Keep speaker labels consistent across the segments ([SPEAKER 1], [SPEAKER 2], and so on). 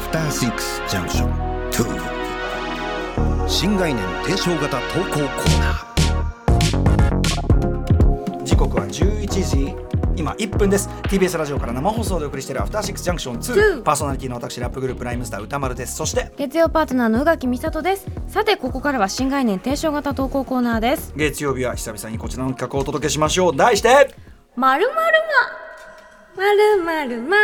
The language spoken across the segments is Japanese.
[SPEAKER 1] 6ジャンクション2新概念提唱型投稿コーナー
[SPEAKER 2] 時刻は11時今1分です TBS ラジオから生放送でお送りしているアフターシックスジャンクション2
[SPEAKER 3] 2
[SPEAKER 2] パーソナリティの私ラップグループライムスター歌丸ですそして
[SPEAKER 3] 月曜パートナーの宇垣美里ですさてここからは新概念提唱型投稿コーナーです
[SPEAKER 2] 月曜日は久々にこちらの企画をお届けしましょう題して
[SPEAKER 3] まるまるままるまるま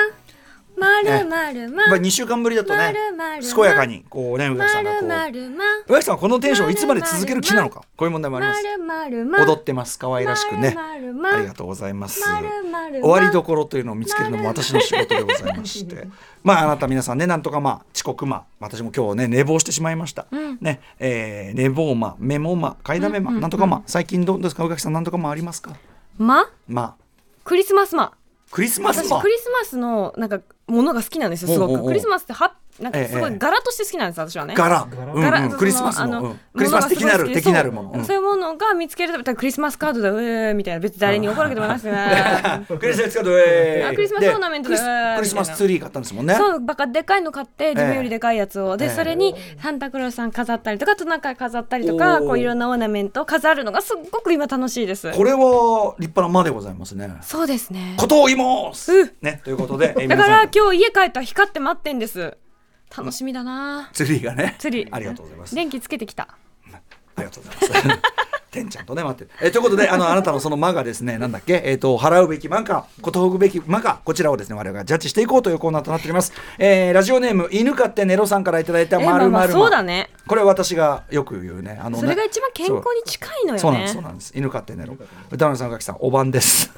[SPEAKER 3] まるまるま
[SPEAKER 2] まあ2週間ぶりだとね
[SPEAKER 3] まるまるま
[SPEAKER 2] 健やかにこうね宇垣さ
[SPEAKER 3] ま
[SPEAKER 2] んが
[SPEAKER 3] る
[SPEAKER 2] こ
[SPEAKER 3] ま
[SPEAKER 2] う
[SPEAKER 3] るま
[SPEAKER 2] 宇垣さんはこのテンションをいつまで続ける気なのかこういう問題もありま
[SPEAKER 3] まするまるま
[SPEAKER 2] 踊ってます可愛らしくね
[SPEAKER 3] まるま
[SPEAKER 2] あ
[SPEAKER 3] るま
[SPEAKER 2] りがとうございます
[SPEAKER 3] まるまるま
[SPEAKER 2] 終わりどころというのを見つけるのも私の仕事でございまして まああなた皆さんねなんとかまあ遅刻まあ私も今日ね寝坊してしまいました、
[SPEAKER 3] ん
[SPEAKER 2] ねえー寝坊まあメモまあ買いだめまあなんとかまあ最近どうですか宇垣さんなんとかまあありますか
[SPEAKER 3] ま
[SPEAKER 2] まあ
[SPEAKER 3] クリスマスま
[SPEAKER 2] クリスマス
[SPEAKER 3] 私
[SPEAKER 2] まあ
[SPEAKER 3] クリスマスのなんかものが好きなんですよすご
[SPEAKER 2] おうおうお
[SPEAKER 3] く
[SPEAKER 2] う
[SPEAKER 3] クリスマスってはなん
[SPEAKER 2] え
[SPEAKER 3] か
[SPEAKER 2] え
[SPEAKER 3] すごい柄として好きなんです私はね
[SPEAKER 2] 柄
[SPEAKER 3] 柄
[SPEAKER 2] うんうんクリスマスの、うんクリスマス的なる的なるもの、
[SPEAKER 3] そ
[SPEAKER 2] う
[SPEAKER 3] う
[SPEAKER 2] ん
[SPEAKER 3] そういうものが見つけるためだからクリスマスカードだうえーみたいな別に誰に怒るわけでもない ですね
[SPEAKER 2] クリスマスカードえ
[SPEAKER 3] あクリスマスオーナメントだ
[SPEAKER 2] でクリスクリスマスツリー買ったんですもんね
[SPEAKER 3] そうバカでかいの買って自分よりでかいやつを、
[SPEAKER 2] ええ
[SPEAKER 3] でそれにサンタクロースさん飾ったりとかトナカイ飾ったりとか
[SPEAKER 2] おー
[SPEAKER 3] こういろんなオーナメントを飾るのがすっごく今楽しいです
[SPEAKER 2] これは立派な間でございますね
[SPEAKER 3] そうですね
[SPEAKER 2] ことを言います、
[SPEAKER 3] うん
[SPEAKER 2] ねということ でえー
[SPEAKER 3] だ
[SPEAKER 2] 皆
[SPEAKER 3] か
[SPEAKER 2] さ
[SPEAKER 3] ら
[SPEAKER 2] ん
[SPEAKER 3] 今日家帰ったら光って待ってんです楽しみだな
[SPEAKER 2] ツリーがね
[SPEAKER 3] ツリー
[SPEAKER 2] ありがとうございます
[SPEAKER 3] 電気つけてきた
[SPEAKER 2] ありがとうございます。 てんちゃんとね待ってるえということであのあなたのその間がですねなんだっけえっ、と払うべき間かことほぐべき間かこちらをですね我々がジャッジしていこうというコーナーとなっております、えー、ラジオネーム犬飼ってネロさんからいただいた
[SPEAKER 3] えま
[SPEAKER 2] ま
[SPEAKER 3] あ
[SPEAKER 2] る
[SPEAKER 3] ま
[SPEAKER 2] ま
[SPEAKER 3] あ
[SPEAKER 2] る
[SPEAKER 3] そうだね
[SPEAKER 2] これは私がよく言うねあのね
[SPEAKER 3] それが一番健康に近いのよね
[SPEAKER 2] そうなんですそうなんです犬飼ってネロ歌丸さん宇垣さんお晩です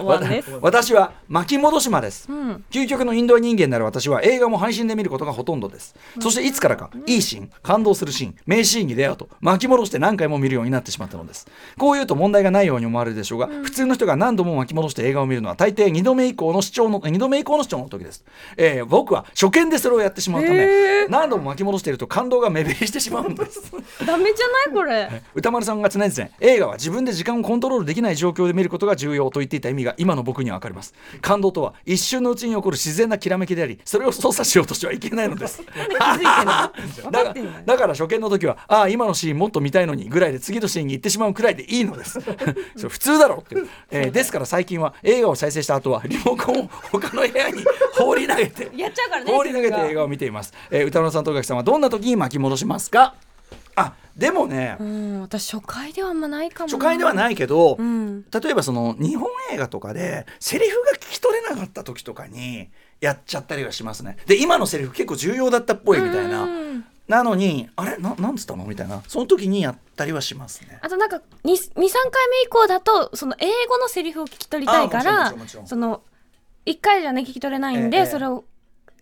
[SPEAKER 3] おわんです
[SPEAKER 2] 私は巻き戻し間です、
[SPEAKER 3] ん
[SPEAKER 2] 究極のインドア人間なる私は映画も配信で見ることがほとんどです、そしていつからかいいシーン感動するシーン名シーンに出会うと巻き戻して何回も見るようになってしまったのですこう言うと問題がないように思われるでしょうが、普通の人が何度も巻き戻して映画を見るのは大抵2度目以降の視聴の2度目以降の視聴の時です、えー僕は初見でそれをやってしまうため何度も巻き戻していると感動が目減りしてしまうんです
[SPEAKER 3] ダメじゃないこ れ
[SPEAKER 2] 歌丸さんが常々映画は自分で時間をコントロールできない状況で見ることが重要と言っていた意味が今の僕には分かります感動とは一瞬のうちに起こる自然なきらめきでありそれを操作しようとしてはいけないのです
[SPEAKER 3] なんで気づいてんの分
[SPEAKER 2] だ
[SPEAKER 3] か
[SPEAKER 2] が
[SPEAKER 3] ってんのよ
[SPEAKER 2] だから初見の時はああ今のシーンもっと見たいのにぐらいで次のシーンに行ってしまうくらいでいいのです それ普通だろうっていう、えーですから最近は映画を再生した後はリモコンを他の部屋に放り投げて
[SPEAKER 3] やっちゃうからね
[SPEAKER 2] 放り投げて
[SPEAKER 3] 自分が
[SPEAKER 2] 映画を見ています、えー歌丸さんと宇垣さんはどんな時に巻き戻しますかあでもね、
[SPEAKER 3] うん私初回ではあんまないかも
[SPEAKER 2] 初回ではいないけど、
[SPEAKER 3] うん
[SPEAKER 2] 例えばその日本映画とかでセリフが聞き取れなかった時とかにやっちゃったりはしますねで今のセリフ結構重要だったっぽいみたいな、
[SPEAKER 3] うん
[SPEAKER 2] なのにあれななんつったのみたいなその時にやったりはしますね
[SPEAKER 3] あとなんか23回目以降だとその英語のセリフを聞き取りたいか
[SPEAKER 2] あもち
[SPEAKER 3] ら
[SPEAKER 2] ろんもちろんもちろん
[SPEAKER 3] その1回じゃね聞き取れないんで、
[SPEAKER 2] ええ
[SPEAKER 3] それを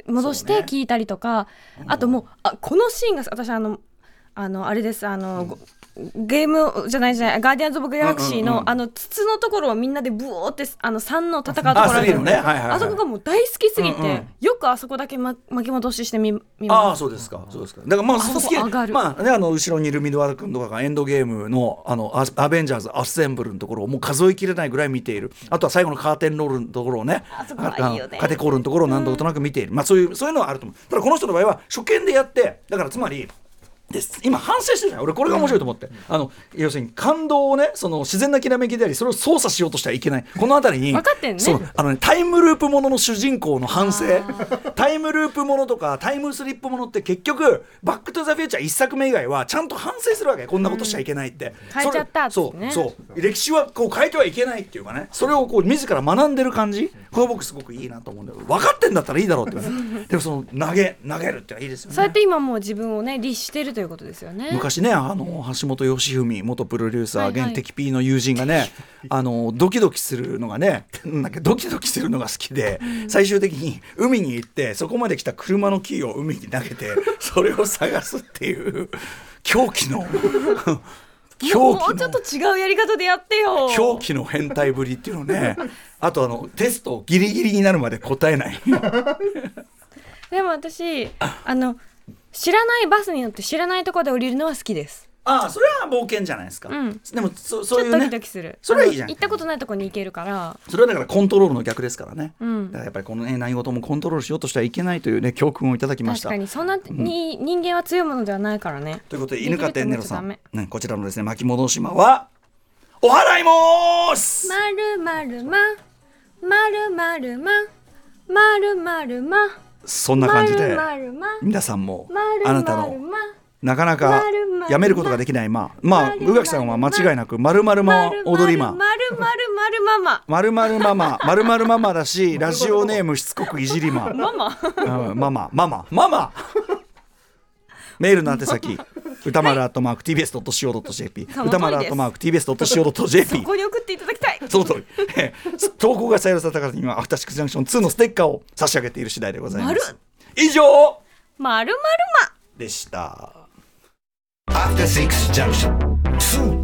[SPEAKER 3] 戻し
[SPEAKER 2] そう
[SPEAKER 3] て
[SPEAKER 2] ね
[SPEAKER 3] 聞いたりとか、あともうあこのシーンが私あのあのあれですあの、ごゲームじゃないじゃないガーディアンズ・オブ・ギャラクシーの、
[SPEAKER 2] うんうんうん
[SPEAKER 3] あの筒のところをみんなでブオーってあの3の戦うところあるじ
[SPEAKER 2] あスリ
[SPEAKER 3] ゃない
[SPEAKER 2] ルねはいはいはい
[SPEAKER 3] あそこがもう大好きすぎて、
[SPEAKER 2] うんうん
[SPEAKER 3] よくあそこだけ、ま、巻き戻ししてみ見
[SPEAKER 2] あ
[SPEAKER 3] ま
[SPEAKER 2] あ
[SPEAKER 3] す
[SPEAKER 2] そうですかそうですかだからまあ
[SPEAKER 3] あ
[SPEAKER 2] その
[SPEAKER 3] そ
[SPEAKER 2] 好
[SPEAKER 3] こ
[SPEAKER 2] き
[SPEAKER 3] 上がる
[SPEAKER 2] まあねあの後ろにいるミドワル君とかがエンドゲームのあのアアベンジャーズアッセンブルのところをもう数えきれないぐらい見ているあとは最後のカーテンロールのところをね
[SPEAKER 3] あそこはいいよね
[SPEAKER 2] あのカテコールのところを何度となく見ている、まあそういうそういうのはあると思うただこの人の場合は初見でやってだからつまりです今反省してるじゃない俺これが面白いと思って、あの要するに感動をねその自然なきらめきでありそれを操作しようとしてはいけないこの辺りに
[SPEAKER 3] 分かってんね
[SPEAKER 2] そうあのね、タイムループものの主人公の反省タイムループものとかタイムスリップものって結局「バック・トゥ・ザ・フューチャー」1作目以外はちゃんと反省するわけこんなことしちゃいけないって、
[SPEAKER 3] 変えちゃったっつ
[SPEAKER 2] そ
[SPEAKER 3] って
[SPEAKER 2] れ
[SPEAKER 3] ね
[SPEAKER 2] そうそう歴史はこう変えてはいけないっていうかねそれをこう自ら学んでる感じこれ僕すごくいいなと思うんだけど分かってんだったらいいだろうっていう ねでもその投げ投げるってのはいいですよね
[SPEAKER 3] そうやって今もう自分をね律してるということですよね。
[SPEAKER 2] 昔ねあの橋本良文元プロデューサー、
[SPEAKER 3] はいはい
[SPEAKER 2] 現敵 P の友人が ねあのドキドキするのがねなんだっけドキドキするのが好きで、最終的に海に行ってそこまで来た車のキーを海に投げ てそれを探すっていう狂気 の狂
[SPEAKER 3] もう
[SPEAKER 2] 気
[SPEAKER 3] ちょ
[SPEAKER 2] の
[SPEAKER 3] っと違うやり方でやってよ
[SPEAKER 2] 狂気の変態ぶりっていうのねあとあのテストギリギリになるまで答えない。
[SPEAKER 3] でも私あの知らないバスに乗って知らないところで降りるのは好きです
[SPEAKER 2] ああそれは冒険じゃないですか、
[SPEAKER 3] うん
[SPEAKER 2] でもそ
[SPEAKER 3] ちょ
[SPEAKER 2] そう
[SPEAKER 3] っ
[SPEAKER 2] い
[SPEAKER 3] と
[SPEAKER 2] う
[SPEAKER 3] ドキ
[SPEAKER 2] ね
[SPEAKER 3] ドキする
[SPEAKER 2] それはいいじゃん
[SPEAKER 3] あの行ったことないとこに行けるから
[SPEAKER 2] それはだからコントロールの逆ですからね、
[SPEAKER 3] うん
[SPEAKER 2] だからやっぱりこの、ね、何事もコントロールしようとしてはいけないというね教訓をいただきまし
[SPEAKER 3] 確
[SPEAKER 2] た
[SPEAKER 3] かにそんなに人間は強いものではないからね
[SPEAKER 2] ということで犬飼天ネロさん、
[SPEAKER 3] できる
[SPEAKER 2] ね
[SPEAKER 3] と思っちゃ、
[SPEAKER 2] こちらのですね巻き戻し島はお払いもーす
[SPEAKER 3] まるまるままるまるままるまるま
[SPEAKER 2] そんな
[SPEAKER 3] ま
[SPEAKER 2] 感じ
[SPEAKER 3] る
[SPEAKER 2] で
[SPEAKER 3] まるま
[SPEAKER 2] 皆さんも
[SPEAKER 3] まる
[SPEAKER 2] あなた
[SPEAKER 3] まる
[SPEAKER 2] の
[SPEAKER 3] ま
[SPEAKER 2] なかなか
[SPEAKER 3] 丸々
[SPEAKER 2] やめることができないまあまあ
[SPEAKER 3] 丸
[SPEAKER 2] 宇
[SPEAKER 3] 々
[SPEAKER 2] 垣さんは間違いなく「まるまるま踊りま」
[SPEAKER 3] まるまるまるま
[SPEAKER 2] 「
[SPEAKER 3] ま
[SPEAKER 2] まるまるママ」「まるまるママ」だしラジオネームしつこくいじりま
[SPEAKER 3] ママ
[SPEAKER 2] うんママママママメールの宛先歌丸アットマーク TBS.CO.JP
[SPEAKER 3] その通りです
[SPEAKER 2] 歌丸アットマーク TBS.CO.JP
[SPEAKER 3] そこに送っていただきたい
[SPEAKER 2] その通りえー投稿が採用された方にはアフターシックスジャンクション2のステッカーを差し上げている次第でございます以上
[SPEAKER 3] まるまるま
[SPEAKER 2] でした
[SPEAKER 1] アフターシックスジャンクション2